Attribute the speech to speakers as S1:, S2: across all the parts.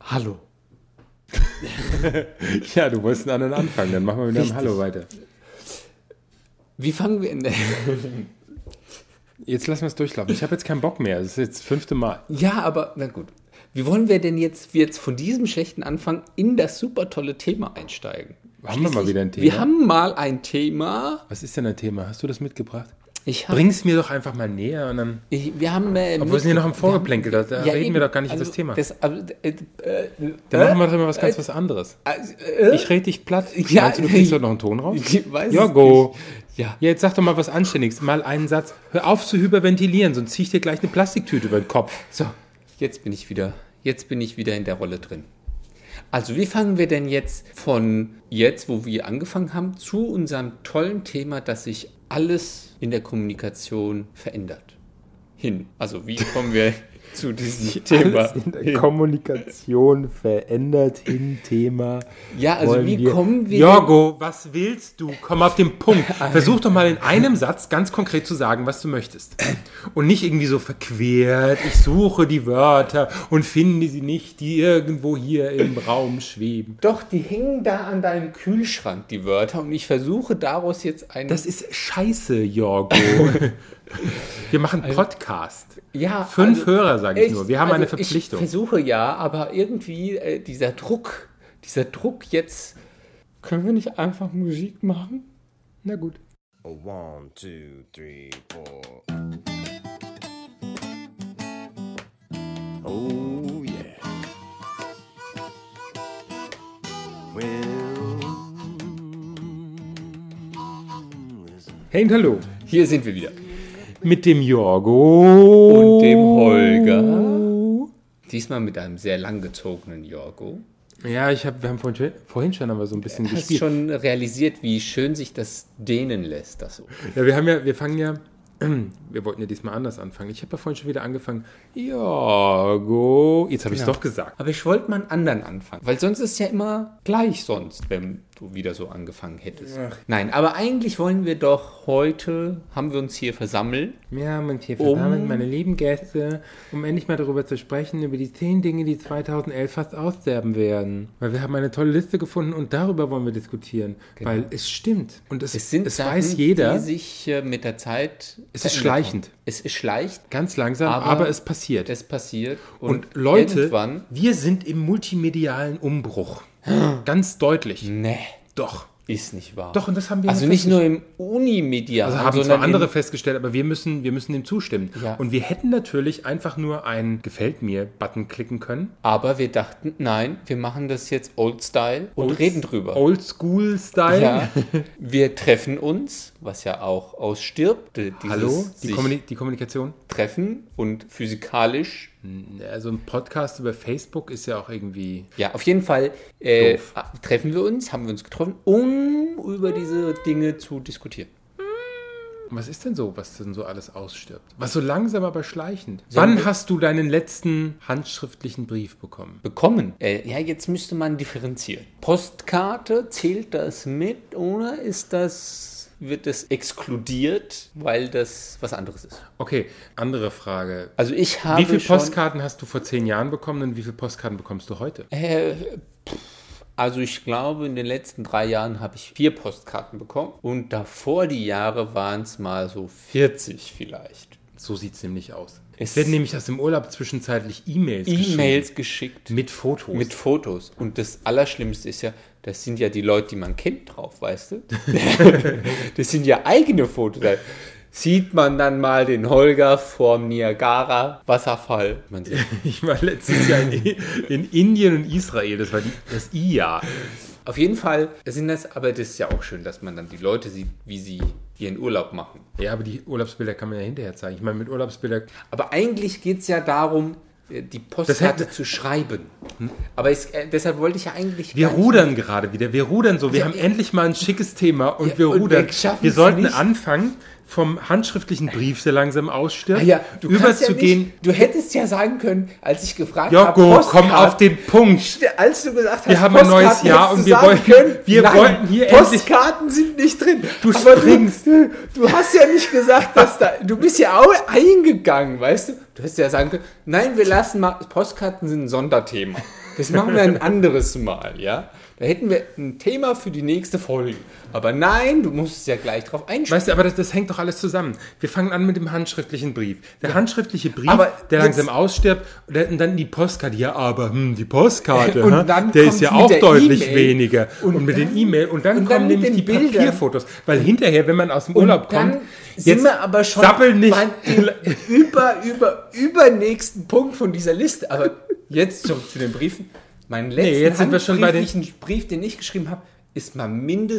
S1: Hallo.
S2: Ja, du wolltest einen anderen anfangen, dann machen wir mit einem
S1: Richtig.
S2: Hallo weiter.
S1: Wie fangen wir in
S2: Jetzt lassen wir es durchlaufen. Ich habe jetzt keinen Bock mehr. Das ist jetzt das fünfte Mal.
S1: Ja, aber na gut. Wie wollen wir denn jetzt, wir jetzt von diesem schlechten Anfang in das super tolle Thema einsteigen?
S2: Haben wir mal
S1: Schließlich-
S2: wieder ein Thema?
S1: Wir haben mal ein Thema.
S2: Was ist denn ein Thema? Hast du das mitgebracht?
S1: Ich hab,
S2: Bring es mir doch einfach mal näher und dann.
S1: ich, wir haben. Äh,
S2: Obwohl wir sind hier noch im
S1: mitge- wir haben-
S2: Vorgeplänkel, da, da
S1: Ja,
S2: reden
S1: eben.
S2: wir doch gar nicht über
S1: Also,
S2: das Thema. Genau.
S1: Das, aber, äh, äh,
S2: dann machen wir doch mal was ganz was anderes.
S1: äh,
S2: Ich rede dich platt.
S1: Ja,
S2: Meinst du, du kriegst doch noch einen Ton raus?
S1: ich weiß es
S2: Jogo.
S1: nicht. Ja.
S2: Ja, jetzt sag doch mal was Anständiges. Mal einen Satz. Hör auf zu hyperventilieren, sonst zieh ich dir gleich eine Plastiktüte über den Kopf.
S1: So, jetzt bin ich wieder, jetzt bin ich wieder in der Rolle drin. Also, wie fangen wir denn jetzt von jetzt, wo wir angefangen haben, zu unserem tollen Thema, dass sich alles in der Kommunikation verändert? Hin. Also, wie kommen wir zu diesem Thema?
S2: Kommunikation verändert hin Thema.
S1: Ja, also
S2: wollen
S1: wie kommen wir
S2: Jorgo, was willst du? Komm auf den Punkt. Versuch doch mal in einem Satz ganz konkret zu sagen, was du möchtest. Und nicht irgendwie so verquert, ich suche die Wörter und finde sie nicht, die irgendwo hier im Raum schweben.
S1: Doch, die hingen da an deinem Kühlschrank, die Wörter, und ich versuche daraus jetzt einen.
S2: Das ist scheiße, Jorgo. Wir machen Podcast.
S1: Also, ja,
S2: Fünf
S1: also-
S2: Hörer, sage ich
S1: Echt?
S2: nur. Wir haben
S1: Also
S2: eine
S1: Ich
S2: Verpflichtung.
S1: versuche ja, aber irgendwie äh, dieser Druck, dieser Druck jetzt. Können wir nicht einfach Musik machen?
S2: Na gut.
S3: Oh,
S4: One, two, three, four. Oh, yeah. Well, listen.
S2: Hey und hallo.
S1: Hier sind wir wieder.
S2: Mit dem Jorgo.
S1: Und dem Holger. Diesmal mit einem sehr langgezogenen Jorgo.
S2: Ja, ich hab, wir haben vorhin, vorhin schon aber so ein bisschen
S1: Hast
S2: gespielt.
S1: schon realisiert, wie schön sich das dehnen lässt. Das
S2: Ja, wir haben ja, wir fangen ja, wir wollten ja diesmal anders anfangen. Ich habe ja vorhin schon wieder angefangen. Jorgo. Jetzt habe ich es doch gesagt.
S1: Aber ich wollte mal einen anderen anfangen, weil sonst ist ja immer gleich sonst, wenn du wieder so angefangen hättest. Nein, aber eigentlich wollen wir doch heute, haben wir uns hier versammelt,
S2: Ja, und hier
S1: Um-
S2: verdammt, meine lieben Gäste, um endlich mal darüber zu sprechen, über die zehn Dinge, die 2011 fast aussterben werden. Weil wir haben eine tolle Liste gefunden und darüber wollen wir diskutieren. Weil es stimmt. Genau. Und es,
S1: Es sind
S2: es
S1: Sachen,
S2: weiß jeder.
S1: die sich äh, mit der Zeit.
S2: Es
S1: verändert
S2: ist
S1: haben.
S2: schleichend.
S1: Es ist schleicht,
S2: Ganz langsam, aber,
S1: Aber
S2: es passiert.
S1: es passiert.
S2: und Leute,
S1: Irgendwann.
S2: wir sind im multimedialen Umbruch. Ganz deutlich.
S1: Nee,
S2: Doch.
S1: ist nicht wahr.
S2: Doch, und das haben wir
S1: Also
S2: ja
S1: nicht nur im Unimedia.
S2: Also haben zwar
S1: sondern
S2: andere
S1: im-
S2: festgestellt, aber wir müssen, wir müssen dem zustimmen.
S1: Ja.
S2: Und wir hätten natürlich einfach nur einen Gefällt mir-Button klicken können.
S1: Aber wir dachten, nein, wir machen das jetzt Old Style und reden drüber.
S2: Old School Style.
S1: Ja, wir treffen uns, was ja auch ausstirbt. äh, Dieses
S2: Hallo, die,
S1: sich
S2: Kommuni die Kommunikation.
S1: treffen und physikalisch.
S2: Also ein Podcast über Facebook ist ja auch irgendwie.
S1: Ja, auf jeden Fall äh,
S2: Doof.
S1: a- treffen wir uns, haben wir uns getroffen, um über diese Dinge zu diskutieren.
S2: Was ist denn so, was denn so alles ausstirbt? Was so langsam, aber schleichend. Wann hast du deinen letzten handschriftlichen Brief bekommen?
S1: Bekommen. Äh, ja, jetzt müsste man differenzieren. Postkarte zählt das mit oder ist das wird es exkludiert, weil das was anderes ist?
S2: Okay, andere Frage.
S1: Also ich habe
S2: Wie viele
S1: schon,
S2: Postkarten hast du vor zehn Jahren bekommen und wie viele Postkarten bekommst du heute?
S1: Äh, Also ich glaube, in den letzten drei Jahren habe ich vier Postkarten bekommen und davor die Jahre waren es mal so 40 vielleicht.
S2: So sieht es nämlich aus.
S1: Es-
S2: Es werden nämlich aus dem Urlaub zwischenzeitlich E-Mails geschickt.
S1: E-Mails geschickt
S2: Mit Fotos.
S1: mit Fotos. Und das Allerschlimmste ist ja, das sind ja die Leute, die man kennt drauf, weißt du? das sind ja eigene Fotos. Da sieht man dann mal den Holger vorm Niagara-Wasserfall. Man sieht,
S2: ich war letztes Jahr in, in Indien und Israel. Das war die, das IA.
S1: Auf jeden Fall sind das, aber das ist ja auch schön, dass man dann die Leute sieht, wie sie ihren Urlaub machen.
S2: Ja, aber die Urlaubsbilder kann man ja hinterher zeigen. Ich meine, mit Urlaubsbildern.
S1: Aber eigentlich geht es ja darum, äh, die
S2: Das
S1: Postkarte
S2: hätte-
S1: zu schreiben. Aber ich, äh, deshalb wollte ich ja eigentlich.
S2: Wir
S1: gar nicht-
S2: rudern gerade wieder. Wir rudern so. Wir
S1: Ja,
S2: haben
S1: ich-
S2: endlich mal ein schickes Thema und
S1: Ja,
S2: wir
S1: und wir
S2: rudern. Wir,
S1: schaffen's
S2: sollten
S1: nicht.
S2: anfangen vom handschriftlichen Brief, der langsam ausstirbt,
S1: Ah Ja, du
S2: überzugehen.
S1: überzugehen. Ja nicht, du hättest ja sagen können, als ich gefragt habe.
S2: Joko, komm
S1: Postkarten-
S2: auf den Punkt.
S1: Als du gesagt hast,
S2: Wir haben ein neues
S1: Postkarten,
S2: Jahr
S1: hättest du
S2: und wir
S1: sagen
S2: wollten- wir
S1: nein,
S2: wollten hier endlich-
S1: Postkarten sind nicht drin.
S2: Du
S1: Aber
S2: springst.
S1: Du, du hast ja nicht gesagt, dass da. Du bist ja auch eingegangen, weißt du? Du hättest ja sagen können, nein, wir lassen mal. Postkarten sind ein Sonderthema. Das machen wir ein anderes Mal, ja? Da hätten wir ein Thema für die nächste Folge. Aber nein, du musst ja gleich drauf einsteigen.
S2: Weißt du, aber das, das hängt doch alles zusammen. Wir fangen an mit dem handschriftlichen Brief. Der handschriftliche Brief,
S1: Aber
S2: der
S1: jetzt-
S2: langsam ausstirbt, und dann- und dann die Postkarte. Ja, aber hm, die Postkarte,
S1: Und
S2: hä?
S1: dann
S2: der
S1: kommt's
S2: ist ja
S1: mit
S2: auch
S1: der
S2: deutlich
S1: E-Mail.
S2: weniger. Und, mit den E-Mail und dann
S1: und dann
S2: kommen
S1: mit
S2: nämlich die
S1: den Bildern.
S2: Papierfotos. Weil hinterher, wenn man aus dem Urlaub
S1: dann
S2: kommt,
S1: sind wir aber schon
S2: sappel nicht.
S1: bei dem über, über, übernächsten Punkt von dieser Liste. Aber jetzt zurück zu den Briefen. Mein letzten
S2: jetzt sind wir schon bei den-
S1: handschriftlichen Brief, den ich geschrieben habe, ist mal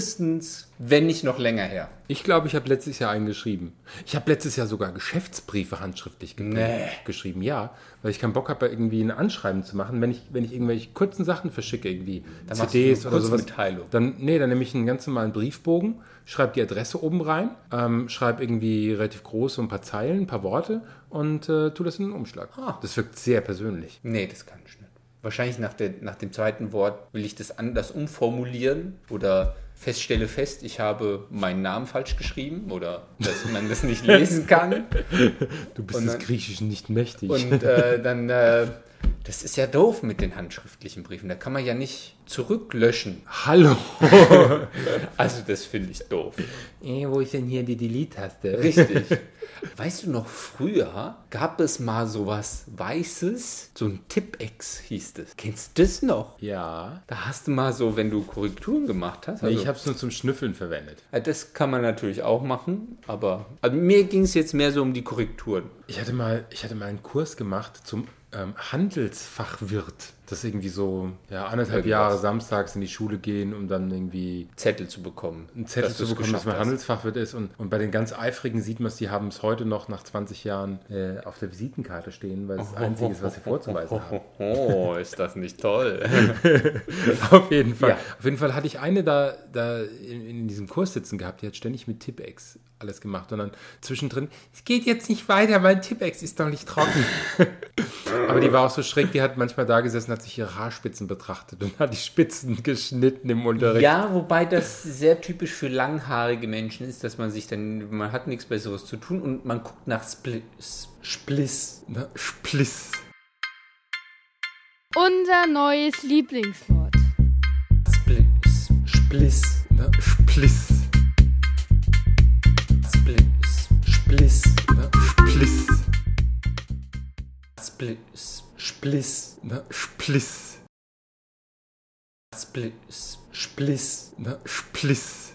S1: mindestens, wenn nicht noch länger her.
S2: Ich glaube, ich habe letztes Jahr einen geschrieben. Ich habe letztes Jahr sogar Geschäftsbriefe handschriftlich ge
S1: Nee.
S2: geschrieben, ja. Weil ich keinen Bock habe, irgendwie ein Anschreiben zu machen. Wenn ich, wenn ich irgendwelche kurzen Sachen verschicke, irgendwie
S1: Dann machst du
S2: CDs
S1: eine
S2: oder sowas.
S1: Kurzmitteilung.
S2: Dann, nee, dann nehme ich einen ganz normalen Briefbogen, schreibe die Adresse oben rein, ähm, schreibe irgendwie relativ groß so ein paar Zeilen, ein paar Worte und äh, tu das in den Umschlag.
S1: Ah.
S2: Das wirkt sehr persönlich.
S1: Nee, das kann ich nicht. Wahrscheinlich nach, der, nach dem zweiten Wort will ich das anders umformulieren oder feststelle fest, ich habe meinen Namen falsch geschrieben oder dass man das nicht lesen kann.
S2: Du bist
S1: Und
S2: des
S1: dann-
S2: Griechischen nicht mächtig.
S1: Und äh, dann, äh, das ist ja doof mit den handschriftlichen Briefen. Da kann man ja nicht zurücklöschen.
S2: Hallo.
S1: Also das finde ich doof. Äh,
S2: wo ist denn hier die Delete-Taste?
S1: Richtig. Weißt du noch, früher gab es mal sowas Weißes, so ein Tippex hieß es. Kennst du das noch?
S2: Ja.
S1: Da hast du mal so, wenn du Korrekturen gemacht hast.
S2: Nee,
S1: also-
S2: ich habe es nur zum Schnüffeln verwendet.
S1: Ja, Das kann man natürlich auch machen, aber also mir ging es jetzt mehr so um die Korrekturen.
S2: Ich hatte mal, ich hatte mal einen Kurs gemacht zum ähm, Handelsfachwirt. Das ist irgendwie so, ja, anderthalb
S1: Irgendwas.
S2: Jahre samstags in die Schule gehen, um dann irgendwie
S1: Zettel zu bekommen.
S2: einen Zettel
S1: dass
S2: zu
S1: du's
S2: bekommen, dass
S1: geschafft
S2: man
S1: hast.
S2: Handelsfachwirt ist. Und, und bei den ganz Eifrigen sieht man es, die haben es heute noch nach 20 Jahren äh, auf der Visitenkarte stehen, weil es das Einzige ist, was sie vorzuweisen haben.
S1: Oh, ist das nicht toll.
S2: Auf jeden Fall.
S1: Ja.
S2: Auf jeden Fall hatte ich eine da, da in, in diesem Kurs sitzen gehabt, die hat ständig mit Tippex alles gemacht und dann zwischendrin, es geht jetzt nicht weiter, mein Tippex ist noch nicht trocken. Aber die war auch so schräg, die hat manchmal da gesessen, hat sich ihre Haarspitzen betrachtet und hat die Spitzen geschnitten im Unterricht.
S1: ja, wobei das sehr typisch für langhaarige Menschen ist, dass man sich dann, man hat nichts Besseres zu tun und man guckt nach Spliss. Spliss.
S2: Na, Spliss.
S5: Unser neues Lieblingswort.
S1: Spliss. Spliss.
S2: Na, Ne? Spliss.
S1: Spliss. Spliss.
S2: Na, Ne? Spliss.
S1: Spliss. Spliss.
S2: Na, Ne? Spliss.
S1: Spliss. Spliss.
S2: Na, Ne? Spliss.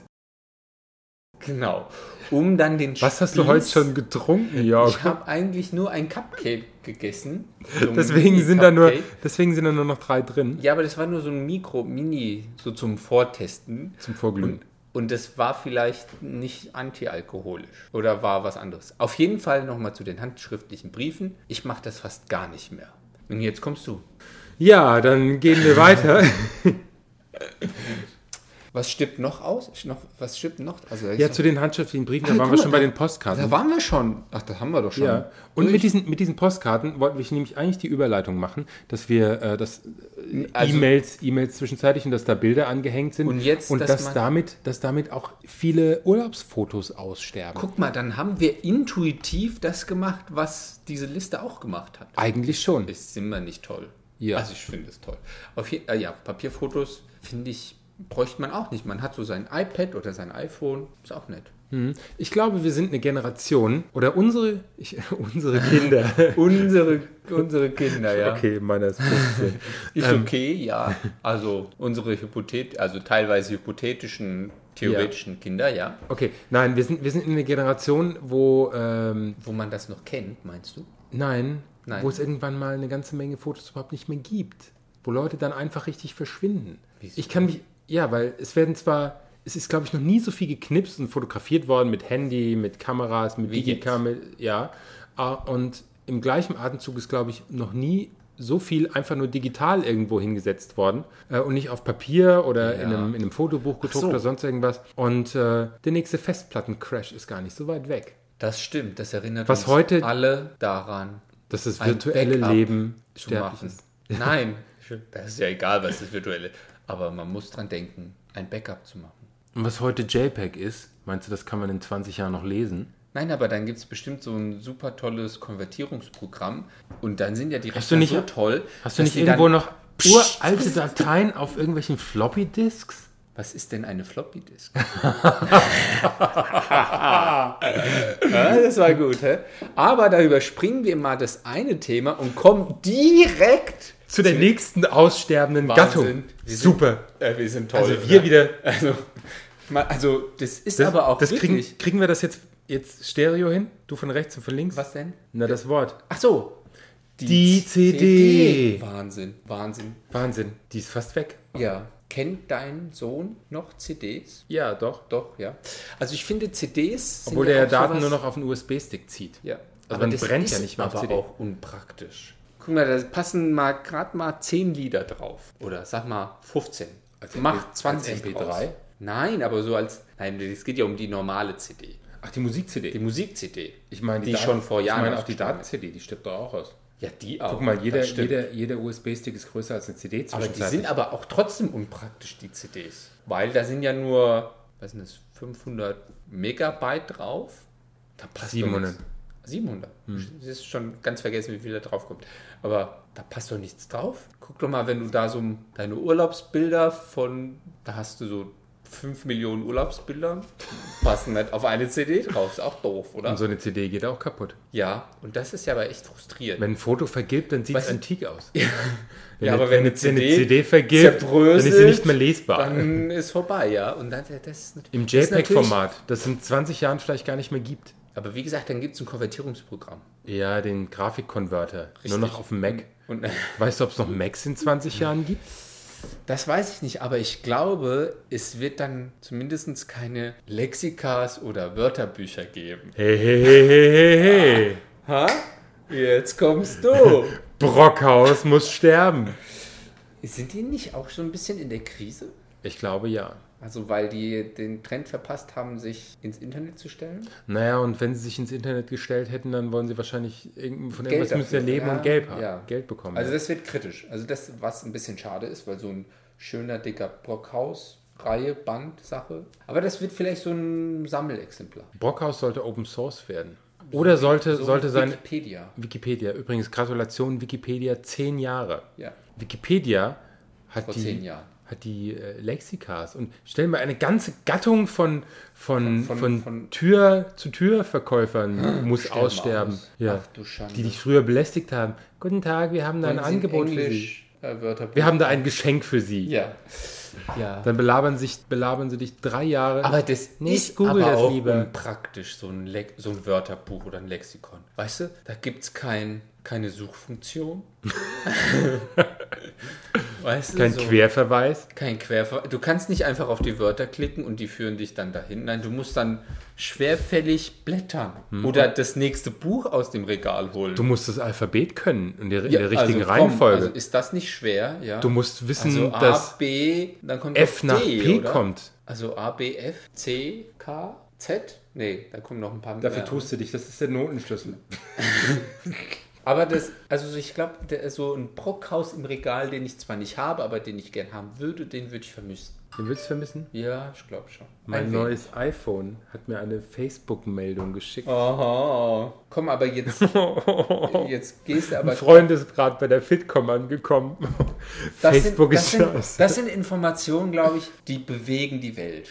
S1: Genau. Um dann den
S2: Was hast du heute
S1: Spliss-
S2: schon getrunken, Jörg?
S1: Ich habe eigentlich nur ein Cupcake gegessen. So ein
S2: Deswegen sind, da nur,
S1: Mini-Cupcake.
S2: deswegen sind da nur noch drei drin
S1: Ja, aber das war nur so ein Mikro-Mini, so zum Vortesten.
S2: zum Vorglühen.
S1: Und, und das war vielleicht nicht antialkoholisch oder war was anderes. Auf jeden Fall nochmal zu den handschriftlichen Briefen. Ich mache das fast gar nicht mehr. Und jetzt kommst du.
S2: Ja, dann gehen wir weiter.
S1: Was stirbt noch aus? Ich Noch, was stirbt noch? Also
S2: ja, zu den handschriftlichen Briefen, da
S1: Ah,
S2: waren
S1: guck
S2: wir
S1: mal,
S2: schon bei
S1: da-
S2: den Postkarten.
S1: da waren wir schon. Ach, das haben wir doch schon.
S2: ja. Und mit diesen, mit diesen Postkarten wollten wir nämlich eigentlich die Überleitung machen, dass wir äh, dass äh,
S1: Also-
S2: E-Mails E-Mails zwischenzeitlich und dass da Bilder angehängt sind
S1: Und jetzt,
S2: und
S1: dass
S2: dass,
S1: man-
S2: damit, dass damit auch viele Urlaubsfotos aussterben.
S1: Guck mal, dann haben wir intuitiv das gemacht, was diese Liste auch gemacht hat.
S2: Eigentlich schon.
S1: ist immer nicht toll.
S2: Ja.
S1: Also ich finde es toll. Auf je, äh, ja, Papierfotos finde ich bräuchte man auch nicht. Man hat so sein iPad oder sein iPhone, ist auch nett.
S2: Ich glaube, wir sind eine Generation oder unsere, ich, unsere Kinder.
S1: Unsere, unsere Kinder, ja.
S2: Okay, ähm. meiner ist 15.
S1: Ist okay, ja. Also unsere Hypothet, also teilweise hypothetischen, theoretischen Kinder, ja.
S2: Okay, nein, wir sind, wir sind in einer Generation, wo ähm,
S1: Wo man das noch kennt, meinst du?
S2: Nein,
S1: Nein.
S2: wo es irgendwann mal eine ganze Menge Fotos überhaupt nicht mehr gibt. Wo Leute dann einfach richtig verschwinden.
S1: Wieso?
S2: Ich kann mich, ja, weil es werden zwar, es ist, glaube ich, noch nie so viel geknipst und fotografiert worden mit Handy, mit Kameras, mit
S1: Wie jetzt.
S2: Digicam, mit, ja. Ah, Und im gleichen Atemzug ist, glaube ich, noch nie so viel einfach nur digital irgendwo hingesetzt worden äh, und nicht auf Papier oder in,
S1: Ja.
S2: einem, in einem Fotobuch gedruckt
S1: so.
S2: oder sonst irgendwas. Und äh, der nächste Festplattencrash ist gar nicht so weit weg.
S1: Das stimmt, das erinnert
S2: Was
S1: uns
S2: heute-
S1: alle daran,
S2: Das ist
S1: ein
S2: virtuelle
S1: Backup
S2: Leben
S1: zu machen. Nein, das ist ja egal, was das Virtuelle. Aber man muss dran denken, ein Backup zu machen.
S2: Und was heute JPEG ist, meinst du, das kann man in 20 Jahren noch lesen?
S1: Nein, aber dann gibt es bestimmt so ein super tolles Konvertierungsprogramm und dann sind ja die
S2: du
S1: Rechner
S2: nicht-
S1: so toll.
S2: Hast du
S1: dass
S2: nicht
S1: die
S2: irgendwo
S1: dann
S2: noch uralte Dateien auf irgendwelchen Floppy-Disks?
S1: Was ist denn eine Floppy Disk? ja, das war gut, hä? Aber da überspringen wir mal das eine Thema und kommen direkt.
S2: Zu der nächsten aussterbenden
S1: Wahnsinn.
S2: Gattung.
S1: Wir sind-
S2: Super.
S1: Äh, wir sind toll.
S2: Also wir
S1: ne?
S2: wieder.
S1: Also, mal, also das ist
S2: Das,
S1: aber auch
S2: das kriegen,
S1: wirklich.
S2: kriegen wir das jetzt, jetzt Stereo hin? Du von rechts und von links?
S1: was denn?
S2: Na, das Wort.
S1: Ach so.
S2: Die CD.
S1: Wahnsinn, Wahnsinn.
S2: Wahnsinn. Die ist fast weg.
S1: Ja. Kennt dein Sohn noch CDs?
S2: Ja, doch.
S1: Doch, ja. Also ich finde CDs. sind
S2: Obwohl der ja
S1: auch
S2: Daten
S1: sowas-
S2: nur noch auf einen USB-Stick zieht.
S1: Ja.
S2: Also man
S1: das
S2: brennt ja
S1: ist
S2: nicht mehr auf
S1: aber
S2: CD.
S1: auch unpraktisch. Guck mal, da passen mal gerade mal 10 Lieder drauf. Oder sag mal Also, 15.
S2: Als MP-
S1: Macht
S2: als
S1: 20
S2: MP3?
S1: Draus. Nein, aber so als. Nein, es geht ja um die normale CD.
S2: Ach, die Musik-CD.
S1: Die Musik-CD.
S2: Ich meine,
S1: die
S2: Daten-
S1: schon vor Jahren.
S2: Ich meine, auch die
S1: aufgestanden
S2: Daten-CD, die stirbt doch auch aus.
S1: ist. Ja, die auch.
S2: Guck mal, jeder,
S1: das stimmt.
S2: jeder, jeder USB-Stick ist größer als eine CD
S1: Aber die
S2: zwischenzeitlich.
S1: sind aber auch trotzdem unpraktisch, die CDs. Weil da sind ja nur, was sind das, 500 Megabyte drauf? Da passt doch
S2: 700.
S1: nichts. 700.
S2: Hm.
S1: Es ist schon ganz vergessen, wie viel da drauf kommt. Aber da passt doch nichts drauf. Guck doch mal, wenn du da so deine Urlaubsbilder von, da hast du so 5 Millionen Urlaubsbilder, passen nicht auf eine CD drauf. Ist auch doof, oder?
S2: Und so eine CD geht auch kaputt.
S1: ja, und das ist ja aber echt frustrierend.
S2: Wenn ein Foto vergilbt, dann sieht es
S1: Weißt du-
S2: antik aus. Wenn,
S1: Ja,
S2: eine-
S1: aber wenn eine
S2: wenn
S1: CD
S2: vergilbt, dann ist sie
S1: zerbröselt,
S2: nicht mehr lesbar.
S1: dann ist vorbei, ja. Und dann, das ist nat-
S2: Im
S1: das ist natürlich-
S2: JPEG-Format, das in 20 Jahren vielleicht gar nicht mehr gibt.
S1: Aber wie gesagt, dann gibt es ein Konvertierungsprogramm.
S2: Ja, den Grafikkonverter. Nur noch auf dem Mac.
S1: Und äh,
S2: Weißt du, ob es noch Macs in 20
S1: Mhm.
S2: Jahren gibt?
S1: das weiß ich nicht, aber ich glaube, es wird dann zumindest keine Lexikas oder Wörterbücher geben.
S2: Hey, hey, hey, hey, hey, hey.
S1: Ha? Jetzt kommst du.
S2: Brockhaus muss sterben.
S1: Sind die nicht auch schon ein bisschen in der Krise?
S2: Ich glaube ja.
S1: Also weil die den Trend verpasst haben, sich ins Internet zu stellen?
S2: Naja, und wenn sie sich ins Internet gestellt hätten, dann wollen sie wahrscheinlich irgend- von irgendwas
S1: dafür.
S2: müssen sie leben
S1: Ja,
S2: und Geld, haben,
S1: ja.
S2: Geld bekommen.
S1: Also das wird kritisch. Also das, was ein bisschen schade ist, weil so ein schöner, dicker Brockhaus, Reihe, Band, Sache. Aber das wird vielleicht so ein Sammelexemplar.
S2: Brockhaus sollte Open Source werden. Oder sollte,
S1: So
S2: sollte
S1: wie
S2: sein
S1: Wikipedia.
S2: Wikipedia. Übrigens, Gratulation, Wikipedia, zehn Jahre.
S1: Ja.
S2: Wikipedia hat
S1: Vor
S2: die,
S1: zehn Jahren.
S2: Hat die äh, Lexikas und stell mal eine ganze Gattung von,
S1: Von-
S2: von, von,
S1: von- von-
S2: Tür zu Tür Verkäufern muss
S1: sterben
S2: aussterben.
S1: aus. Ach du Schande.
S2: Die dich früher belästigt haben. Guten Tag, wir haben da ein
S1: Wollen Sie in
S2: Angebot für Sie.
S1: Englisch, äh, Wörterbuch.
S2: Wir haben da ein Geschenk für Sie.
S1: ja. ja.
S2: Dann belabern, sich, belabern sie dich drei Jahre.
S1: Aber das
S2: Nee,
S1: ist
S2: ich google
S1: aber
S2: das
S1: auch
S2: lieber.
S1: unpraktisch, so ein, Lex- so ein Wörterbuch oder ein Lexikon. Weißt du, da gibt es kein, keine Suchfunktion. weißt du,
S2: Kein
S1: so-
S2: Querverweis.
S1: Kein Querver. Du kannst nicht einfach auf die Wörter klicken und die führen dich dann dahin. Nein, du musst dann schwerfällig blättern
S2: Hm.
S1: oder das nächste Buch aus dem Regal holen.
S2: Du musst das Alphabet können in der, in der richtigen
S1: also, komm,
S2: Reihenfolge.
S1: Also ist das nicht schwer? Ja.
S2: du musst wissen,
S1: also A,
S2: dass
S1: B, dann kommt
S2: F
S1: noch
S2: nach
S1: D,
S2: P
S1: oder?
S2: kommt.
S1: Also A, B, F, C, K, Z. Nee, da kommen noch ein paar mehr.
S2: du dich. Das ist der Notenschlüssel.
S1: Aber das, also ich glaube, so ein Brockhaus im Regal, den ich zwar nicht habe, aber den ich gern haben würde, den würde ich vermissen.
S2: Den willst du vermissen?
S1: Ja, ich glaube schon.
S2: Mein
S1: Ein wenig.
S2: neues iPhone hat mir eine Facebook-Meldung geschickt.
S1: Oh, Aha. Komm, aber jetzt, jetzt gehst du aber.
S2: Ein Freund ist gerade bei der Fitcom angekommen.
S1: Das sind,
S2: Facebook
S1: das
S2: ist
S1: sind,
S2: aus.
S1: das sind Informationen, glaube ich, die bewegen die Welt.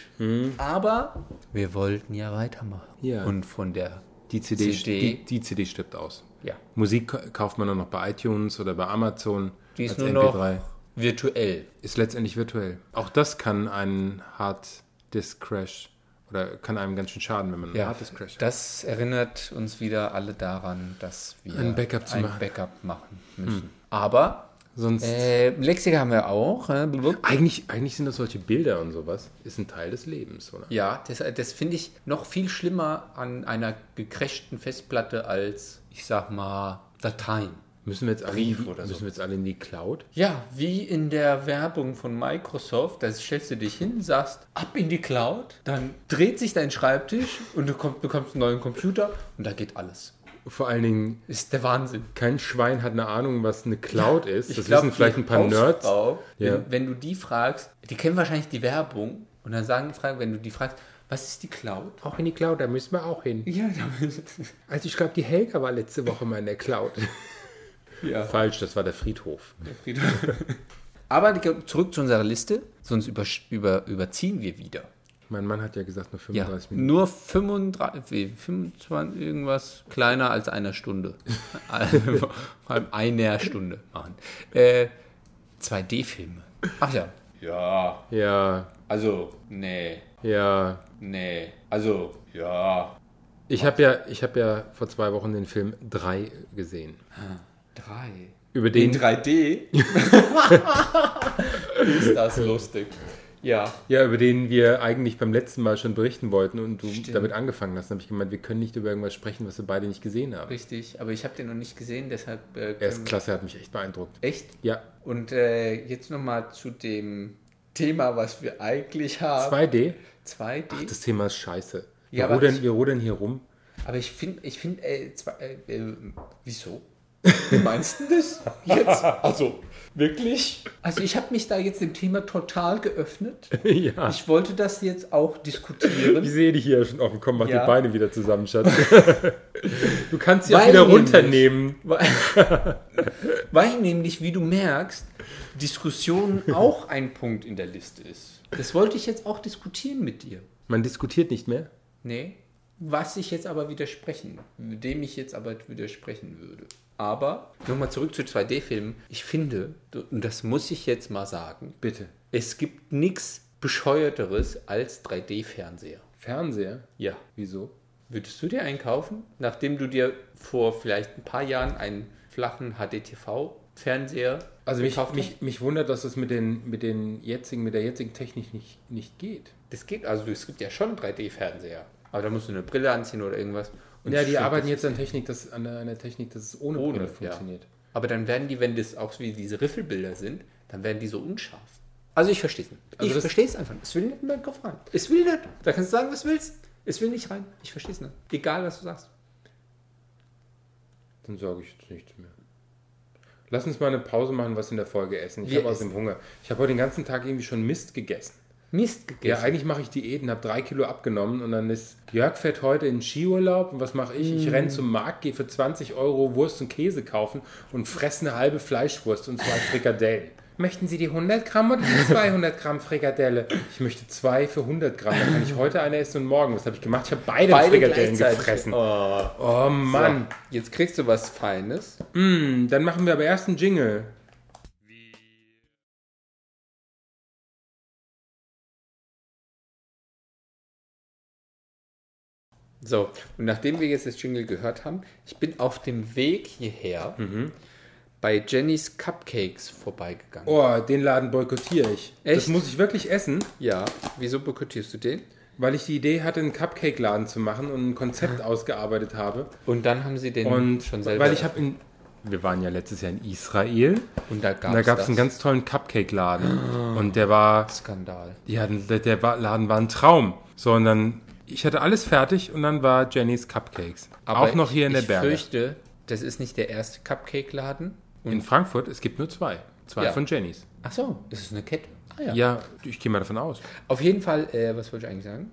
S1: Aber wir wollten ja weitermachen.
S2: Hm. Ja.
S1: Und von der.
S2: Die CD,
S1: CD.
S2: Die, die CD stirbt aus.
S1: Ja.
S2: Musik ka- kauft man nur noch bei iTunes oder bei Amazon
S1: Die ist
S2: als
S1: nur
S2: MP3.
S1: noch virtuell.
S2: Ist letztendlich virtuell. Auch das kann einen Hard Disk Crash oder kann einem ganz schön schaden, wenn man einen Hard Disk Crash hat.
S1: Das erinnert uns wieder alle daran, dass wir
S2: Ein Backup zu
S1: ein
S2: machen. Hm.
S1: Backup machen müssen. Aber
S2: Sonst
S1: äh, Lexika haben wir auch. äh, blub.
S2: eigentlich, eigentlich sind das solche Bilder und sowas. Ist ein Teil des Lebens, oder?
S1: Ja, das, das finde ich noch viel schlimmer an einer gecrashten Festplatte als, ich sag mal, Dateien.
S2: Müssen wir jetzt alle,
S1: Brief oder so.
S2: müssen wir jetzt alle in die Cloud?
S1: Ja, wie in der Werbung von Microsoft, da stellst du dich hin, sagst ab in die Cloud, dann dreht sich dein Schreibtisch und du komm, bekommst einen neuen Computer und da geht alles.
S2: Vor allen Dingen
S1: Ist der Wahnsinn.
S2: Kein Schwein hat eine Ahnung, was eine Cloud ist. Das
S1: glaub,
S2: wissen vielleicht
S1: die
S2: ein paar Nerds.
S1: Hausfrau, Wenn,
S2: Ja.
S1: wenn du die fragst, die kennen wahrscheinlich die Werbung und dann sagen, fragen, wenn du die fragst, was ist die Cloud?
S2: Auch in die Cloud, da müssen wir auch hin.
S1: Ja, damit.
S2: Also ich glaube, die Helga war letzte Woche mal in der Cloud.
S1: Ja.
S2: Falsch, das war der Friedhof.
S1: Aber die- zurück zu unserer Liste, sonst über, über, überziehen wir wieder.
S2: Mein Mann hat ja gesagt, nur
S1: Ja,
S2: 35 Minuten.
S1: nur 35, wie, 25, irgendwas kleiner als einer Stunde. Vor allem einer Stunde machen. Äh, 2D-Filme. Ach ja. Ja,
S2: Ja,
S1: also, nee,
S2: ja.
S1: nee, also, ja.
S2: Ich habe ja, ich hab ja vor zwei Wochen den Film 3 gesehen.
S1: Drei.
S2: Über
S1: In
S2: den,
S1: 3D? Ist das lustig. Ja.
S2: ja, über den wir eigentlich beim letzten Mal schon berichten wollten und du damit angefangen hast. Da habe ich gemeint, wir können nicht über irgendwas sprechen, was wir beide nicht gesehen haben.
S1: Richtig, aber ich habe den noch nicht gesehen, deshalb. Äh,
S2: Er ist
S1: können-
S2: klasse, er hat mich echt beeindruckt.
S1: Echt?
S2: Ja,
S1: Und äh, jetzt nochmal zu dem Thema, was wir eigentlich haben.
S2: 2D.
S1: 2D.
S2: Das Thema ist scheiße. Wir,
S1: äh, Ja, aber
S2: rudern,
S1: ich-
S2: wir rudern hier rum.
S1: aber ich finde, ich finde, äh, zwei- äh, äh, wieso? Wie meinst du das jetzt? Also, wirklich? Also, ich habe mich da jetzt dem Thema total geöffnet.
S2: ja.
S1: Ich wollte das jetzt auch
S2: Ich
S1: diskutieren.
S2: sehe dich hier schon offen. Komm, mach
S1: Ja.
S2: die Beine wieder zusammen, Schatz. du kannst sie auch
S1: Weil
S2: wieder
S1: nämlich-
S2: runternehmen.
S1: Weil, weil nämlich, wie du merkst, Diskussion auch ein Punkt in der Liste ist. Das wollte ich jetzt auch diskutieren mit dir.
S2: Man diskutiert nicht mehr.
S1: Nee. Was ich jetzt aber widersprechen, dem ich jetzt aber widersprechen würde. Aber nochmal zurück zu 2D-Filmen. Ich finde, und das muss ich jetzt mal sagen,
S2: Bitte.
S1: es gibt nichts Bescheuerteres als 3D-Fernseher.
S2: Fernseher?
S1: Ja.
S2: Wieso?
S1: Würdest du dir einen kaufen, nachdem du dir vor vielleicht ein paar Jahren einen flachen HDTV-Fernseher
S2: Also mich,
S1: gekauft hast?
S2: mich, mich wundert, dass das mit, den, mit, den jetzigen, mit der jetzigen Technik nicht, nicht geht.
S1: Das geht, also es gibt ja schon 3D-Fernseher. Aber da musst du eine Brille anziehen oder irgendwas. Und
S2: ja, die
S1: stimmt,
S2: arbeiten
S1: das-
S2: jetzt an, Technik, dass, an der- an der Technik, dass es ohne,
S1: ohne
S2: Brille funktioniert.
S1: Ja. Aber dann werden die, wenn das auch wie diese Riffelbilder sind, dann werden die so unscharf. Also ich verstehe es nicht.
S2: Also
S1: ich
S2: das-
S1: verstehe es einfach nicht. Es will nicht in deinen Kopf rein. Es will nicht. Da kannst du sagen, was du willst. Es will nicht rein. Ich verstehe es nicht. Egal, was du sagst.
S2: Dann sage ich jetzt nichts mehr. Lass uns mal eine Pause machen, was in der Folge essen. Ich
S1: Wir
S2: habe aus
S1: essen.
S2: dem Hunger. Ich habe heute den ganzen Tag irgendwie schon Mist gegessen.
S1: Mist
S2: Ja,
S1: gegessen.
S2: eigentlich mache ich Diäten, habe drei Kilo abgenommen und dann ist Jörg fährt heute in Skiurlaub und was mache ich? Ich renne zum Markt, gehe für 20 Euro Wurst und Käse kaufen und fresse eine halbe Fleischwurst und zwei Frikadellen. Möchten Sie die 100 Gramm oder die 200 Gramm Frikadelle? Ich möchte zwei für 100 Gramm. Dann kann ich heute eine essen und morgen. Was habe ich gemacht? Ich habe beide,
S1: Beide
S2: Frikadellen
S1: gleichzeitig.
S2: gefressen. Oh, Mann.
S1: Jetzt kriegst du was Feines.
S2: Mm, Dann machen wir aber erst einen Jingle.
S1: So, und nachdem wir jetzt das Jingle gehört haben, ich bin auf dem Weg hierher bei Jennys Cupcakes vorbeigegangen.
S2: Oh, den Laden boykottiere ich. Das
S1: Echt?
S2: muss ich wirklich essen.
S1: Ja, wieso boykottierst du den?
S2: weil ich die Idee hatte, einen Cupcake-Laden zu machen und ein Konzept ausgearbeitet habe.
S1: Und dann haben sie den
S2: Und
S1: Mhm. schon selber.
S2: weil ich habe in. Wir waren ja letztes Jahr in Israel
S1: und da
S2: und da gab es
S1: das. Ah.
S2: einen ganz tollen Cupcake-Laden. Und der war.
S1: Skandal.
S2: Ja, der der war, Laden war ein Traum. So, und dann. Ich hatte alles fertig und dann war Jennys Cupcakes. Auch noch hier in der
S1: ich
S2: Berge.
S1: Ich fürchte, das ist nicht der erste Cupcake-Laden.
S2: In Frankfurt, es gibt nur zwei. Zwei
S1: Ja.
S2: von Jennys.
S1: Ach so, ist es eine Kette? Ah, ja.
S2: Ja, ich gehe mal davon aus.
S1: Auf jeden Fall, äh, was wollte ich eigentlich sagen?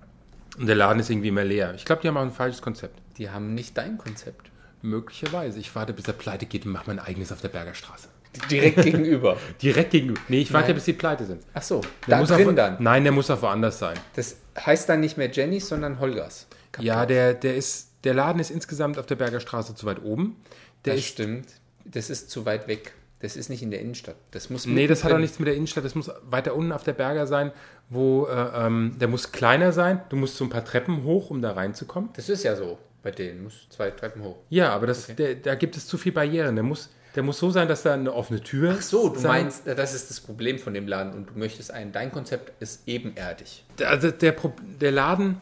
S2: Und der Laden ist irgendwie immer leer. Ich glaube, die haben auch ein falsches Konzept.
S1: Die haben nicht dein Konzept.
S2: Möglicherweise. Ich warte, bis er pleite geht und mache mein eigenes auf der Bergerstraße.
S1: Direkt gegenüber.
S2: Direkt gegenüber. Nee, ich warte,
S1: Nein.
S2: bis die pleite sind.
S1: Ach so,
S2: Der
S1: da
S2: muss auch,
S1: drin dann.
S2: Nein, der muss auch woanders sein.
S1: Das heißt dann nicht mehr Jennys, sondern Holgers.
S2: Ja, der, der ist, der Laden ist insgesamt auf der Berger Straße zu weit oben. Der
S1: das
S2: ist,
S1: stimmt. Das ist zu weit weg. Das ist nicht in der Innenstadt. Das muss
S2: nee, das hat auch
S1: mittendrin-
S2: nichts mit der Innenstadt. Das muss weiter unten auf der Berger sein, wo äh, ähm, der muss kleiner sein. Du musst so ein paar Treppen hoch, um da reinzukommen.
S1: Das ist ja so. Bei denen muss zwei Treppen hoch.
S2: Ja, aber das, der, da gibt es zu viel Barrieren. Der muss, der muss so sein, dass da eine offene Tür.
S1: Ach so, du
S2: sein-
S1: meinst, äh, das ist das Problem von dem Laden und du möchtest einen, dein Konzept ist ebenerdig.
S2: Also der, Pro- der Laden.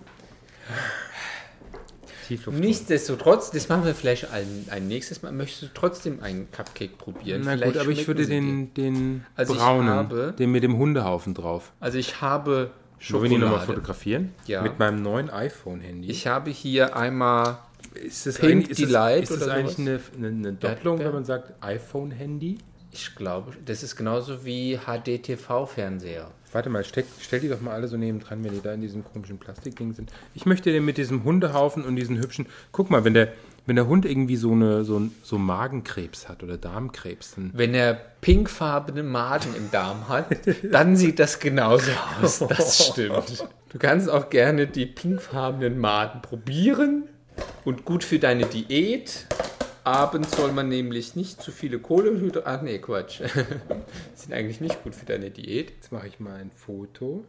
S2: Tiefluft.
S1: Nichtsdestotrotz, das machen wir vielleicht ein, ein nächstes Mal. Möchtest du trotzdem einen Cupcake probieren?
S2: Na
S1: vielleicht
S2: gut, aber ich
S1: schmecken
S2: würde
S1: sie dir.
S2: den, den
S1: Also ich
S2: braunen,
S1: habe-
S2: den mit dem Hundehaufen drauf.
S1: Also ich habe
S2: Wollen wir die nochmal
S1: Schokolade.
S2: fotografieren?
S1: Ja.
S2: Mit meinem neuen iPhone-Handy.
S1: Ich habe hier einmal
S2: ist das
S1: Pink
S2: eigentlich, ist
S1: Delight
S2: das, ist das
S1: oder
S2: eigentlich eine,
S1: sowas?
S2: eine, eine Doppelung,
S1: Ja,
S2: wenn man sagt iPhone-Handy?
S1: Ich glaube, das ist genauso wie HDTV-Fernseher.
S2: Warte mal, steck, stell die doch mal alle so neben dran, wenn die da in diesem komischen Plastikding sind. Ich möchte den mit diesem Hundehaufen und diesen hübschen. Guck mal, wenn der, Wenn der Hund irgendwie so, eine, so, ein- so Magenkrebs hat oder Darmkrebs, dann
S1: Wenn er pinkfarbene Maden im Darm hat, dann sieht das genauso aus. Das stimmt. Du kannst auch gerne die pinkfarbenen Maden probieren und gut für deine Diät. Abends soll man nämlich nicht zu viele Kohlenhydrate. Ach nee, Quatsch. Sind eigentlich nicht gut für deine Diät.
S2: jetzt mache ich mal ein Foto.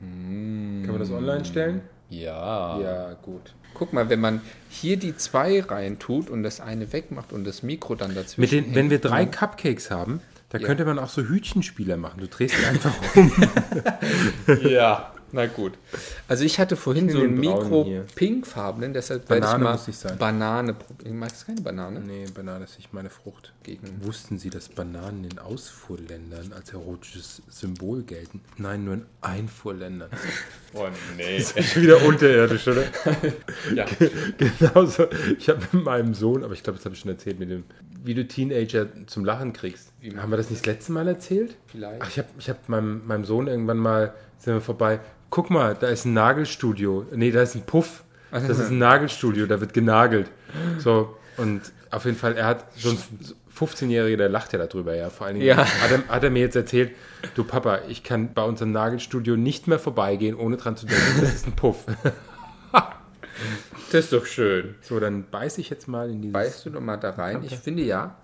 S2: Kann man das online stellen?
S1: Ja.
S2: Ja, gut.
S1: Guck mal, wenn man hier die zwei reintut und das eine wegmacht und das Mikro dann dazwischen.
S2: Mit den,
S1: hängt,
S2: wenn wir drei Cupcakes haben, da könnte man auch so Hütchenspieler machen. Du drehst die einfach um.
S1: Ja, na gut. Also ich hatte vorhin so
S2: nehme
S1: einen
S2: den braunen
S1: Mikro
S2: hier.
S1: pinkfarbenen, deshalb
S2: Banane
S1: werde
S2: muss
S1: ich
S2: nicht
S1: mal
S2: sein. Mhm.
S1: Banane probieren. Magst du keine Banane?
S2: Nee, Banane ist nicht meine Frucht. Wussten Sie, dass Bananen in Ausfuhrländern als erotisches Symbol gelten? Nein, nur in Einfuhrländern.
S1: Oh nee.
S2: Wieder unterirdisch, oder?
S1: Ja.
S2: Genauso. Ich habe mit meinem Sohn, aber ich glaube, das habe ich schon erzählt, mit dem, wie du Teenager zum Lachen kriegst. Haben wir das nicht das letzte Mal erzählt?
S1: Vielleicht.
S2: Ach, ich habe ich hab meinem, meinem Sohn irgendwann mal, sind wir vorbei, guck mal, da ist ein Nagelstudio. Nee, da ist ein Puff. Das ist ein Nagelstudio, da wird genagelt. So, und auf jeden Fall, er hat so ein 15-Jähriger, der lacht ja darüber, ja. Vor allen Dingen
S1: Ja.
S2: hat, er, hat er mir jetzt erzählt, du Papa, ich kann bei unserem Nagelstudio nicht mehr vorbeigehen, ohne dran zu denken, das ist ein Puff.
S1: Das ist doch schön.
S2: So, dann beiße ich jetzt mal in dieses...
S1: Weißt du doch mal da rein? Ich finde ja.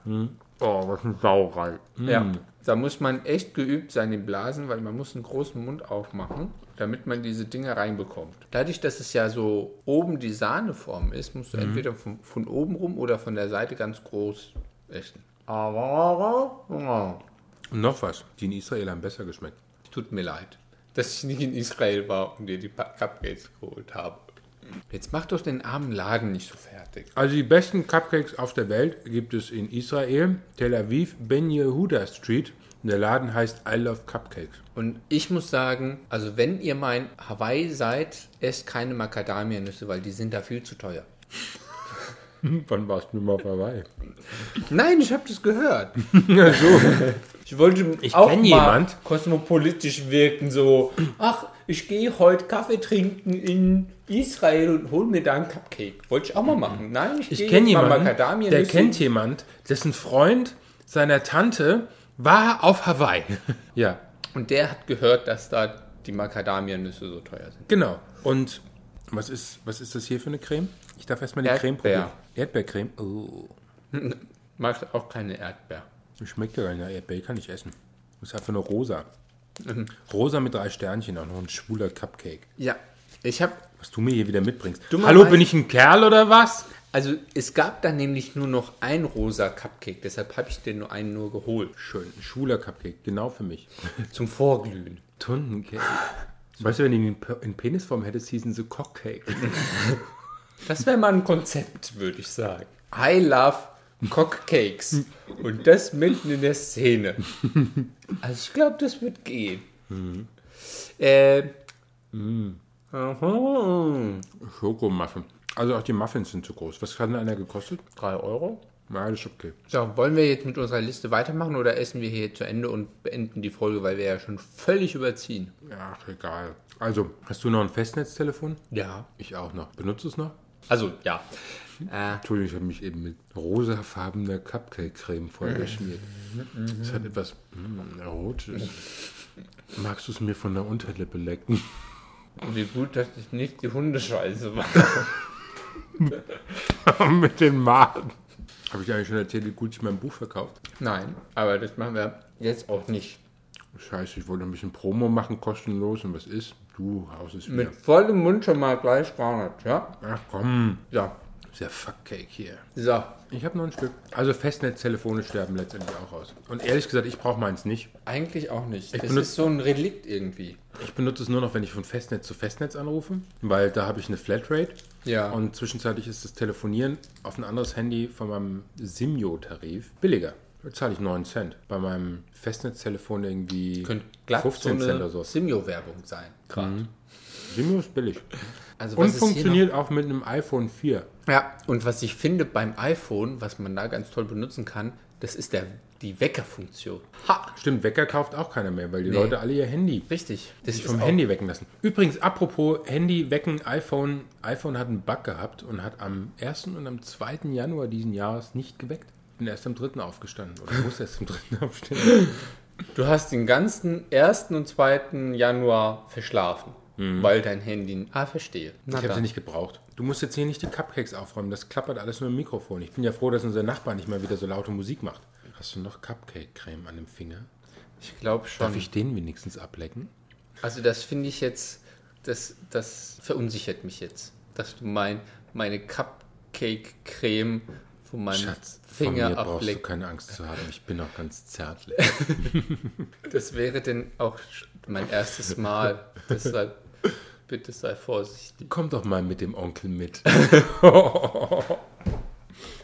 S2: Oh, was ein Sauerei.
S1: Ja. Da muss man echt geübt sein im Blasen, weil man muss einen großen Mund aufmachen, damit man diese Dinger reinbekommt. Dadurch, dass es ja so oben die Sahneform ist, musst du
S2: Mhm.
S1: entweder von, von oben rum oder von der Seite ganz groß essen. Aber
S2: Und noch was, die in Israel haben besser geschmeckt.
S1: Tut mir leid, dass ich nicht in Israel war und dir die Pa- Cupcakes geholt habe. Jetzt mach doch den armen Laden nicht so fertig.
S2: Also die besten Cupcakes auf der Welt gibt es in Israel, Tel Aviv, Ben Yehuda Street. Und der Laden heißt I Love Cupcakes.
S1: Und ich muss sagen, also wenn ihr mal in Hawaii seid, esst keine Macadamianüsse, weil die sind da viel zu teuer.
S2: Wann warst du mal vorbei?
S1: Nein, ich habe das gehört. Also, Ich wollte auch
S2: kenn
S1: mal
S2: jemand.
S1: kosmopolitisch wirken, so, ach, ich gehe heute Kaffee trinken in Israel und hol mir da einen Cupcake. Wollte ich auch mal machen. Nein, ich,
S2: Ich
S1: gehe
S2: kenne
S1: jetzt mal
S2: jemanden,
S1: Macadamianüsse.
S2: der kennt jemand, dessen Freund seiner Tante war auf Hawaii. ja,
S1: Und der hat gehört, dass da die Macadamianüsse so teuer sind.
S2: genau. Und was ist, was ist das hier für eine Creme? Ich darf erstmal die Creme
S1: Erdbeer.
S2: probieren. Erdbeercreme. Oh.
S1: Mag auch keine Erdbeer.
S2: Das Schmeckt ja gar nicht. nach Erdbeer Die kann ich essen. Ist einfach nur rosa.
S1: Mhm.
S2: Rosa mit drei Sternchen, auch noch ein schwuler Cupcake.
S1: Ja, ich habe
S2: Was du mir hier wieder mitbringst.
S1: Dummerweise-
S2: Hallo, bin ich ein Kerl oder was?
S1: also es gab da nämlich nur noch ein rosa Cupcake, deshalb habe ich den nur einen nur geholt
S2: Schön, ein schwuler Cupcake, genau für mich.
S1: zum Vorglühen.
S2: Tundencake. Weißt du, wenn du ihn in Pe- in Penisform hättest, hießen sie Cockcake.
S1: Das wäre mal ein Konzept, würde ich sagen. I love Cockcakes und das mitten in der Szene. Also ich glaube, das wird gehen. Mhm. Äh, Mhm. aha.
S2: Schokomuffin. Also auch die Muffins sind zu groß. Was hat denn einer gekostet? Drei Euro? Ja, das ist okay.
S1: So, wollen wir jetzt mit unserer Liste weitermachen oder essen wir hier zu Ende und beenden die Folge, weil wir ja schon völlig überziehen?
S2: Ach, egal. Also, hast du noch ein Festnetztelefon?
S1: Ja.
S2: Ich auch noch. Benutzt es noch?
S1: Also, ja. Äh,
S2: Entschuldigung, ich habe mich eben mit rosafarbener Cupcake-Creme vollgeschmiert. Es hat etwas mm, Erotisches. Magst du es mir von der Unterlippe lecken?
S1: wie gut, dass ich nicht die Hundescheiße war.
S2: mit den Maden. Habe ich eigentlich schon erzählt, wie gut ich mein Buch verkauft?
S1: Nein, aber das machen wir jetzt auch nicht.
S2: Scheiße, ich wollte ein bisschen Promo machen, kostenlos. Und was ist? Du haust es
S1: Mit
S2: wieder.
S1: vollem Mund schon mal gleich 300, ja?
S2: Ach komm,
S1: So,
S2: ist ja Fuckcake hier.
S1: so.
S2: Ich habe noch ein Stück. Also Festnetztelefone sterben letztendlich auch aus. Und ehrlich gesagt, ich brauche meins nicht.
S1: Eigentlich auch nicht. das
S2: benutze-
S1: ist so ein Relikt irgendwie.
S2: Ich benutze es nur noch, wenn ich von Festnetz zu Festnetz anrufe, weil da habe ich eine Flatrate.
S1: Ja.
S2: Und zwischenzeitlich ist das Telefonieren auf ein anderes Handy von meinem Simio-Tarif billiger. Da zahle ich 9 Cent. Bei meinem Festnetztelefon irgendwie
S1: Könnte glatt
S2: 15
S1: so
S2: Cent oder
S1: eine
S2: so.
S1: Simio-Werbung sein. Gerade.
S2: Simio ist billig.
S1: Also,
S2: Und
S1: was ist hier noch?
S2: funktioniert auch mit einem iPhone 4.
S1: Ja, und was ich finde beim iPhone, was man da ganz toll benutzen kann, das ist der Die Weckerfunktion.
S2: Stimmt, Wecker kauft auch keiner mehr, weil die Leute alle ihr Handy
S1: Richtig. Das
S2: sich vom
S1: auch-
S2: Handy wecken lassen. Übrigens, apropos Handy wecken, iPhone. iPhone hat einen Bug gehabt und hat am 1. und am 2. Januar diesen Jahres nicht geweckt. Bin erst am 3. aufgestanden. Oder muss erst am 3. aufstehen.
S1: Du hast den ganzen 1. und 2. Januar verschlafen, weil dein Handy. Ah, verstehe. Na
S2: Mhm. Ich habe sie
S1: dann.
S2: nicht gebraucht. Du musst jetzt hier nicht die Cupcakes aufräumen. Das klappert alles nur im Mikrofon. Ich bin ja froh, dass unser Nachbar nicht mal wieder so laute Musik macht. Hast du noch Cupcake-Creme an dem Finger?
S1: Ich glaube
S2: Darf
S1: schon.
S2: ich den wenigstens ablecken?
S1: Also, das finde ich jetzt. Das, das verunsichert mich jetzt. Dass du mein, meine Cupcake-Creme von meinem
S2: Schatz, von mir
S1: Finger
S2: brauchst du
S1: ableckt.
S2: keine Angst zu haben. Ich bin auch ganz zärtlich.
S1: Das wäre denn auch sch- mein erstes Mal. Deshalb bitte sei vorsichtig.
S2: Komm doch mal mit dem Onkel mit.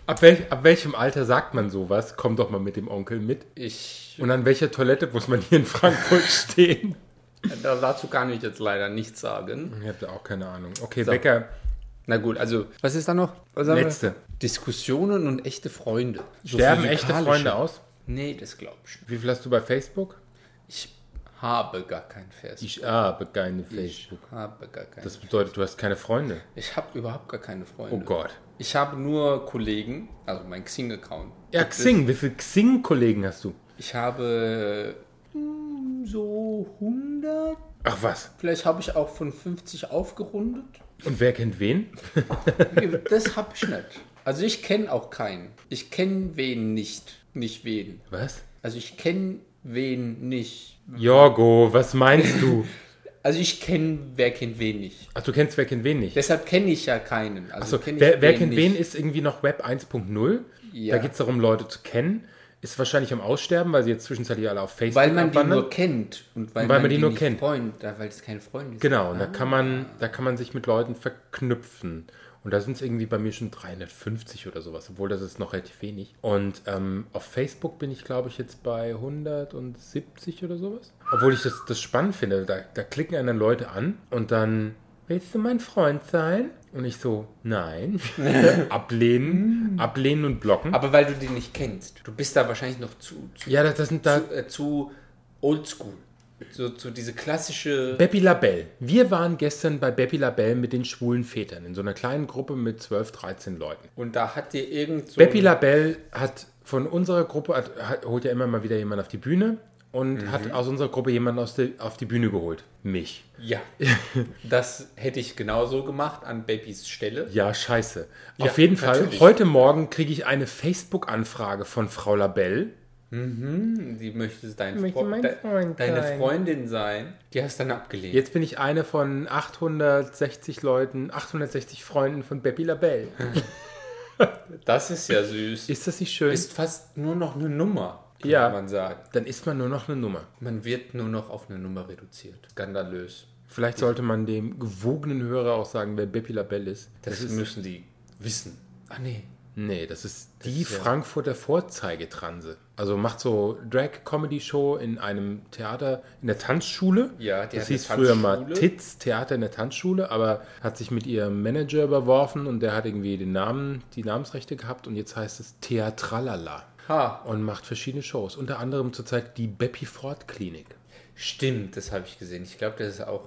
S2: ab, welch, ab welchem Alter sagt man sowas? Komm doch mal mit dem Onkel mit.
S1: Ich.
S2: Und an welcher Toilette muss man hier in Frankfurt stehen?
S1: Da- äh, Dazu kann ich jetzt leider nichts sagen.
S2: Ich habe da auch keine Ahnung. Okay,
S1: So.
S2: Wecker,
S1: Na gut, also. Was ist da noch? Was haben wir?
S2: letzte.
S1: Diskussionen und echte Freunde. So
S2: Sterben echte
S1: physikalische.
S2: Freunde aus?
S1: Nee, das glaube ich nicht.
S2: Wie viel hast du bei Facebook?
S1: Ich habe gar kein Facebook.
S2: Ich habe keine
S1: Ich
S2: Facebook.
S1: habe gar keine.
S2: Das bedeutet, du hast keine Freunde.
S1: Ich habe überhaupt gar keine Freunde.
S2: Oh Gott.
S1: Ich habe nur Kollegen, also mein Xing-Account.
S2: Ja,
S1: Gibt es-
S2: Xing. Wie viele Xing-Kollegen hast du?
S1: Ich habe hm, so 100.
S2: Ach was.
S1: Vielleicht habe ich auch von 50 aufgerundet.
S2: Und wer kennt wen?
S1: Das habe ich nicht. Also ich kenne auch keinen. Ich kenne wen nicht. Nicht wen.
S2: Was?
S1: Also ich kenne wen nicht.
S2: Jorgo, was meinst du?
S1: Also ich kenne, wer kennt wen nicht.
S2: Ach, du kennst wer kennt wen nicht?
S1: Deshalb kenne ich ja keinen. Also
S2: So,
S1: kenn ich
S2: wer, wer kennt wen
S1: nicht.
S2: ist irgendwie noch Web 1.0.
S1: Ja.
S2: Da geht es darum, Leute zu kennen. Ist wahrscheinlich am Aussterben, weil sie jetzt zwischenzeitlich alle auf Facebook
S1: Weil man die
S2: abwandern.
S1: nur kennt. Und weil,
S2: ne- Weil man die nur
S1: nicht
S2: kennt.
S1: Freund, da- weil es keine Freunde sind.
S2: Genau, und da kann man, da kann man sich mit Leuten verknüpfen. Und da sind es irgendwie bei mir schon 350 oder sowas, obwohl das ist noch relativ wenig. Und ähm, auf Facebook bin ich, glaube ich, jetzt bei 170 oder sowas. Obwohl ich das, das spannend finde. Da, da klicken einen dann Leute an und dann, willst du mein Freund sein? Und ich so, nein. ablehnen, ablehnen und blocken.
S1: Hm. Aber weil du die nicht kennst. Du bist da wahrscheinlich noch zu, zu,
S2: ja, das, das sind da
S1: zu, äh, zu oldschool. So, zu diese klassische.
S2: Beppi Labelle. Wir waren gestern bei Beppi Labelle mit den schwulen Vätern in so einer kleinen Gruppe mit 12, 13 Leuten.
S1: Und da hat dir irgend so.
S2: Beppi Labelle hat von unserer Gruppe, hat, hat, holt ja immer mal wieder jemanden auf die Bühne und
S1: Mhm.
S2: hat aus unserer Gruppe jemanden aus der, auf die Bühne geholt. Mich.
S1: ja. das hätte ich genauso gemacht an Babys Stelle.
S2: Ja, scheiße.
S1: Ja,
S2: auf jeden Fall,
S1: natürlich.
S2: heute Morgen kriege ich eine Facebook-Anfrage von Frau Labelle.
S1: Sie möchte dein
S2: Möchte
S1: Fre-
S2: mein
S1: de-
S2: Freund
S1: deine
S2: sein.
S1: Freundin sein. Die hast du dann abgelehnt.
S2: Jetzt bin ich eine von 860 Leuten, 860 Freunden von Beppi Labelle.
S1: Das ist ja süß.
S2: Ist das nicht schön?
S1: Ist fast nur noch eine Nummer, kann
S2: Ja.
S1: man sagen.
S2: dann ist man nur noch eine Nummer.
S1: Man wird nur noch auf eine Nummer reduziert. Skandalös.
S2: Vielleicht sollte man dem gewogenen Hörer auch sagen, wer Beppi Labelle ist.
S1: Das, müssen die wissen. Ah nee.
S2: Nee, das ist die
S1: ist ja-
S2: Frankfurter Vorzeigetranse. Also macht so Drag-Comedy-Show in einem Theater, in der Tanzschule.
S1: Ja, die
S2: das
S1: hat eine
S2: hieß früher mal
S1: Tanzschule.
S2: Titz, Theater in der Tanzschule, aber hat sich mit ihrem Manager überworfen und der hat irgendwie den Namen, die Namensrechte gehabt und jetzt heißt es Theatralala
S1: Ha,
S2: und macht verschiedene Shows. Unter anderem zurzeit die Beppi Ford Klinik.
S1: stimmt, das habe ich gesehen. Ich glaube, das ist auch.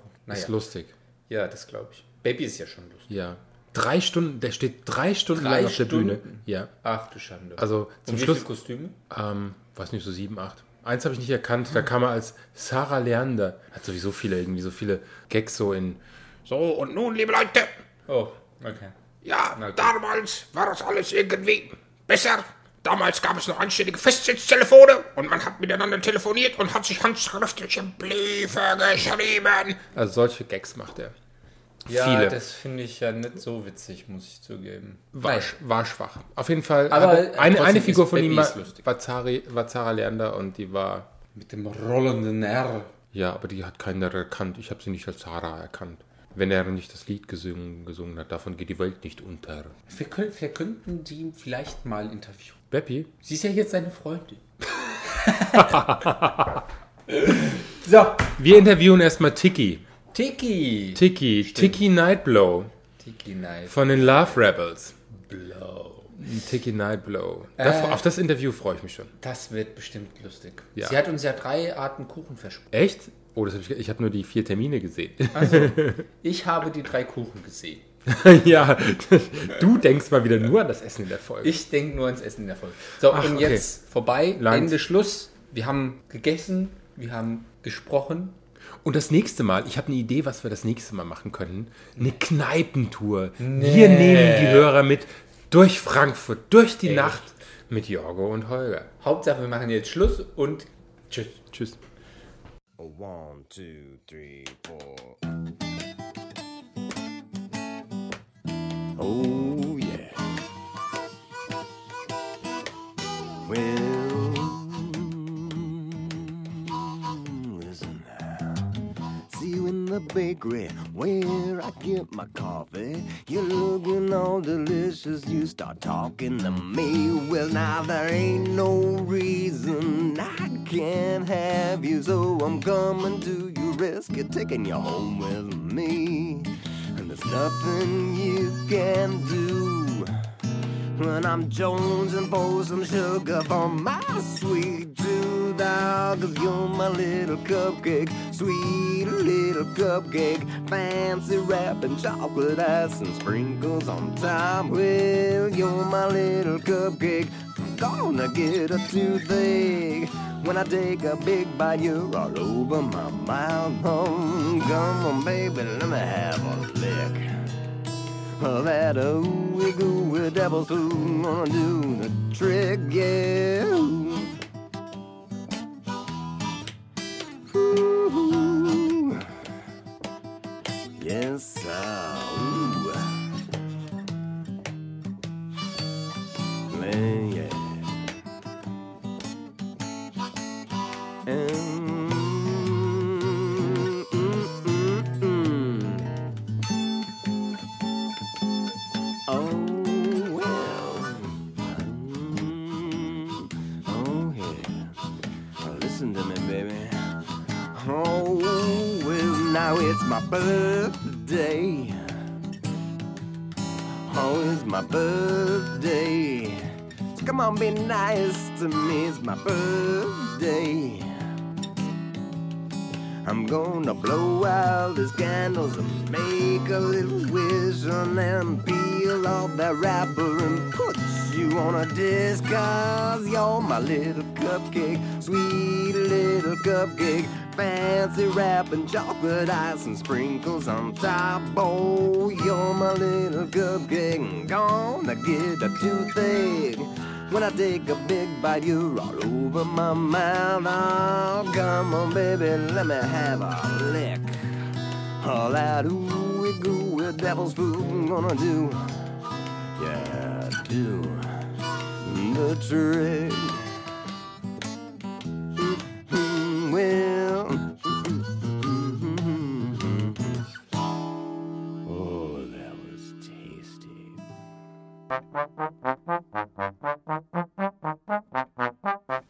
S1: Naja.
S2: Ist lustig.
S1: Ah Ja, das glaube ich. Baby ist ja schon lustig.
S2: Ja. Drei Stunden, der steht drei Stunden
S1: Drei
S2: lang auf der Bühne.
S1: Stunden?
S2: Ja.
S1: Ach du Schande.
S2: Also zum
S1: Und wie
S2: Schluss.
S1: viele Kostüme?
S2: Ähm, weiß nicht, so sieben, acht. Eins habe ich nicht erkannt, da kam er als Sarah Leander. Hat sowieso viele, irgendwie so viele Gags so in. So, und nun, liebe Leute,
S1: Oh, okay.
S3: Ja, damals war das alles irgendwie besser. Damals gab es noch anständige Festnetztelefone und man hat miteinander telefoniert und hat sich handschriftliche Briefe geschrieben.
S2: also solche Gags macht er.
S1: Ja,
S2: Viele.
S1: das finde ich ja nicht so witzig, muss ich zugeben.
S2: War,
S1: Nein.
S2: sch- war schwach. Auf jeden Fall,
S1: Aber,
S2: aber
S1: äh,
S2: eine,
S1: trotzdem
S2: eine
S1: ist
S2: Figur von ihm
S1: Peppi
S2: war,
S1: ist lustig.
S2: war, Zari, war Sarah Leander und die war.
S1: Mit dem rollenden R.
S2: Ja, aber die hat keiner erkannt. Ich habe sie nicht als Sarah erkannt. Wenn er nicht das Lied gesungen, gesungen hat, davon geht die Welt nicht unter.
S1: Wir, können, wir könnten die vielleicht mal interviewen.
S2: Beppi,
S1: Sie ist ja jetzt seine Freundin. so,
S2: wir interviewen erstmal Tiki.
S1: Tiki.
S2: Tiki, Tiki Nightblow
S1: Tiki Knife.
S2: von den Love Rebels.
S1: Blow. Äh.
S2: Ein Ticky Night Blow. Da- auf das Interview freue ich mich schon.
S1: Das wird bestimmt lustig.
S2: Ja.
S1: Sie hat uns ja drei Arten Kuchen versprochen.
S2: Echt? Oh, das hab ich, ge- ich habe nur die vier Termine gesehen.
S1: Ich habe die drei Kuchen gesehen.
S2: ja, du denkst mal wieder nur an das Essen in der Folge.
S1: Ich denke nur ans Essen in der Folge. So,
S2: Ach,
S1: und
S2: okay.
S1: jetzt vorbei.
S2: Langt.
S1: Ende, Schluss. Wir haben gegessen, wir haben gesprochen.
S2: Und das nächste Mal, ich habe eine Idee, was wir das nächste Mal machen können. Eine Kneipentour. Wir nehmen die Hörer mit durch Frankfurt, durch die Nacht mit Jorgo und Holger.
S1: Hauptsache, wir machen jetzt Schluss und tschüss.
S2: Tschüss.
S3: Oh,
S4: One, two, three, four. Oh yeah. Well, listen. See you in the bakery where I get my coffee. You're looking all delicious. You start talking to me. Well, now there ain't no reason I can't have you, so I'm coming to your rescue, taking you home with me. And there's nothing you can do when I'm jonesing for some sugar for my sweet tooth out, cause you're my little cupcake, sweet little cupcake, fancy wrapping chocolate ice and sprinkles on top. Well, you're my little cupcake, I'm gonna get a toothache when I take a big bite. You're all over my mouth. Oh, come on, baby, let me have a lick. Well, that ooey gooey devil food wanna do the trick, yeah. Ooh. Yes, sir. Ooh. Man, yeah. Mm, mm, mm, mm. Oh well. Mm, oh yeah. Now listen to me, baby. Oh well, now it's my birthday. Oh, it's my birthday. So come on, be nice to me. It's my birthday. I'm gonna blow out these candles and make a little wish and then peel off that wrapper and put you on a disc cause you're my little cupcake, sweet little cupcake, fancy wrapping chocolate ice and sprinkles on top. Oh, you're my little cupcake, gonna get a toothache. When I take a big bite, you're all over my mouth. Oh, come on, baby, let me have a lick. All that ooey gooey devil's food I'm gonna do. Yeah, do the trick. Mhm, Well, oh, that was tasty.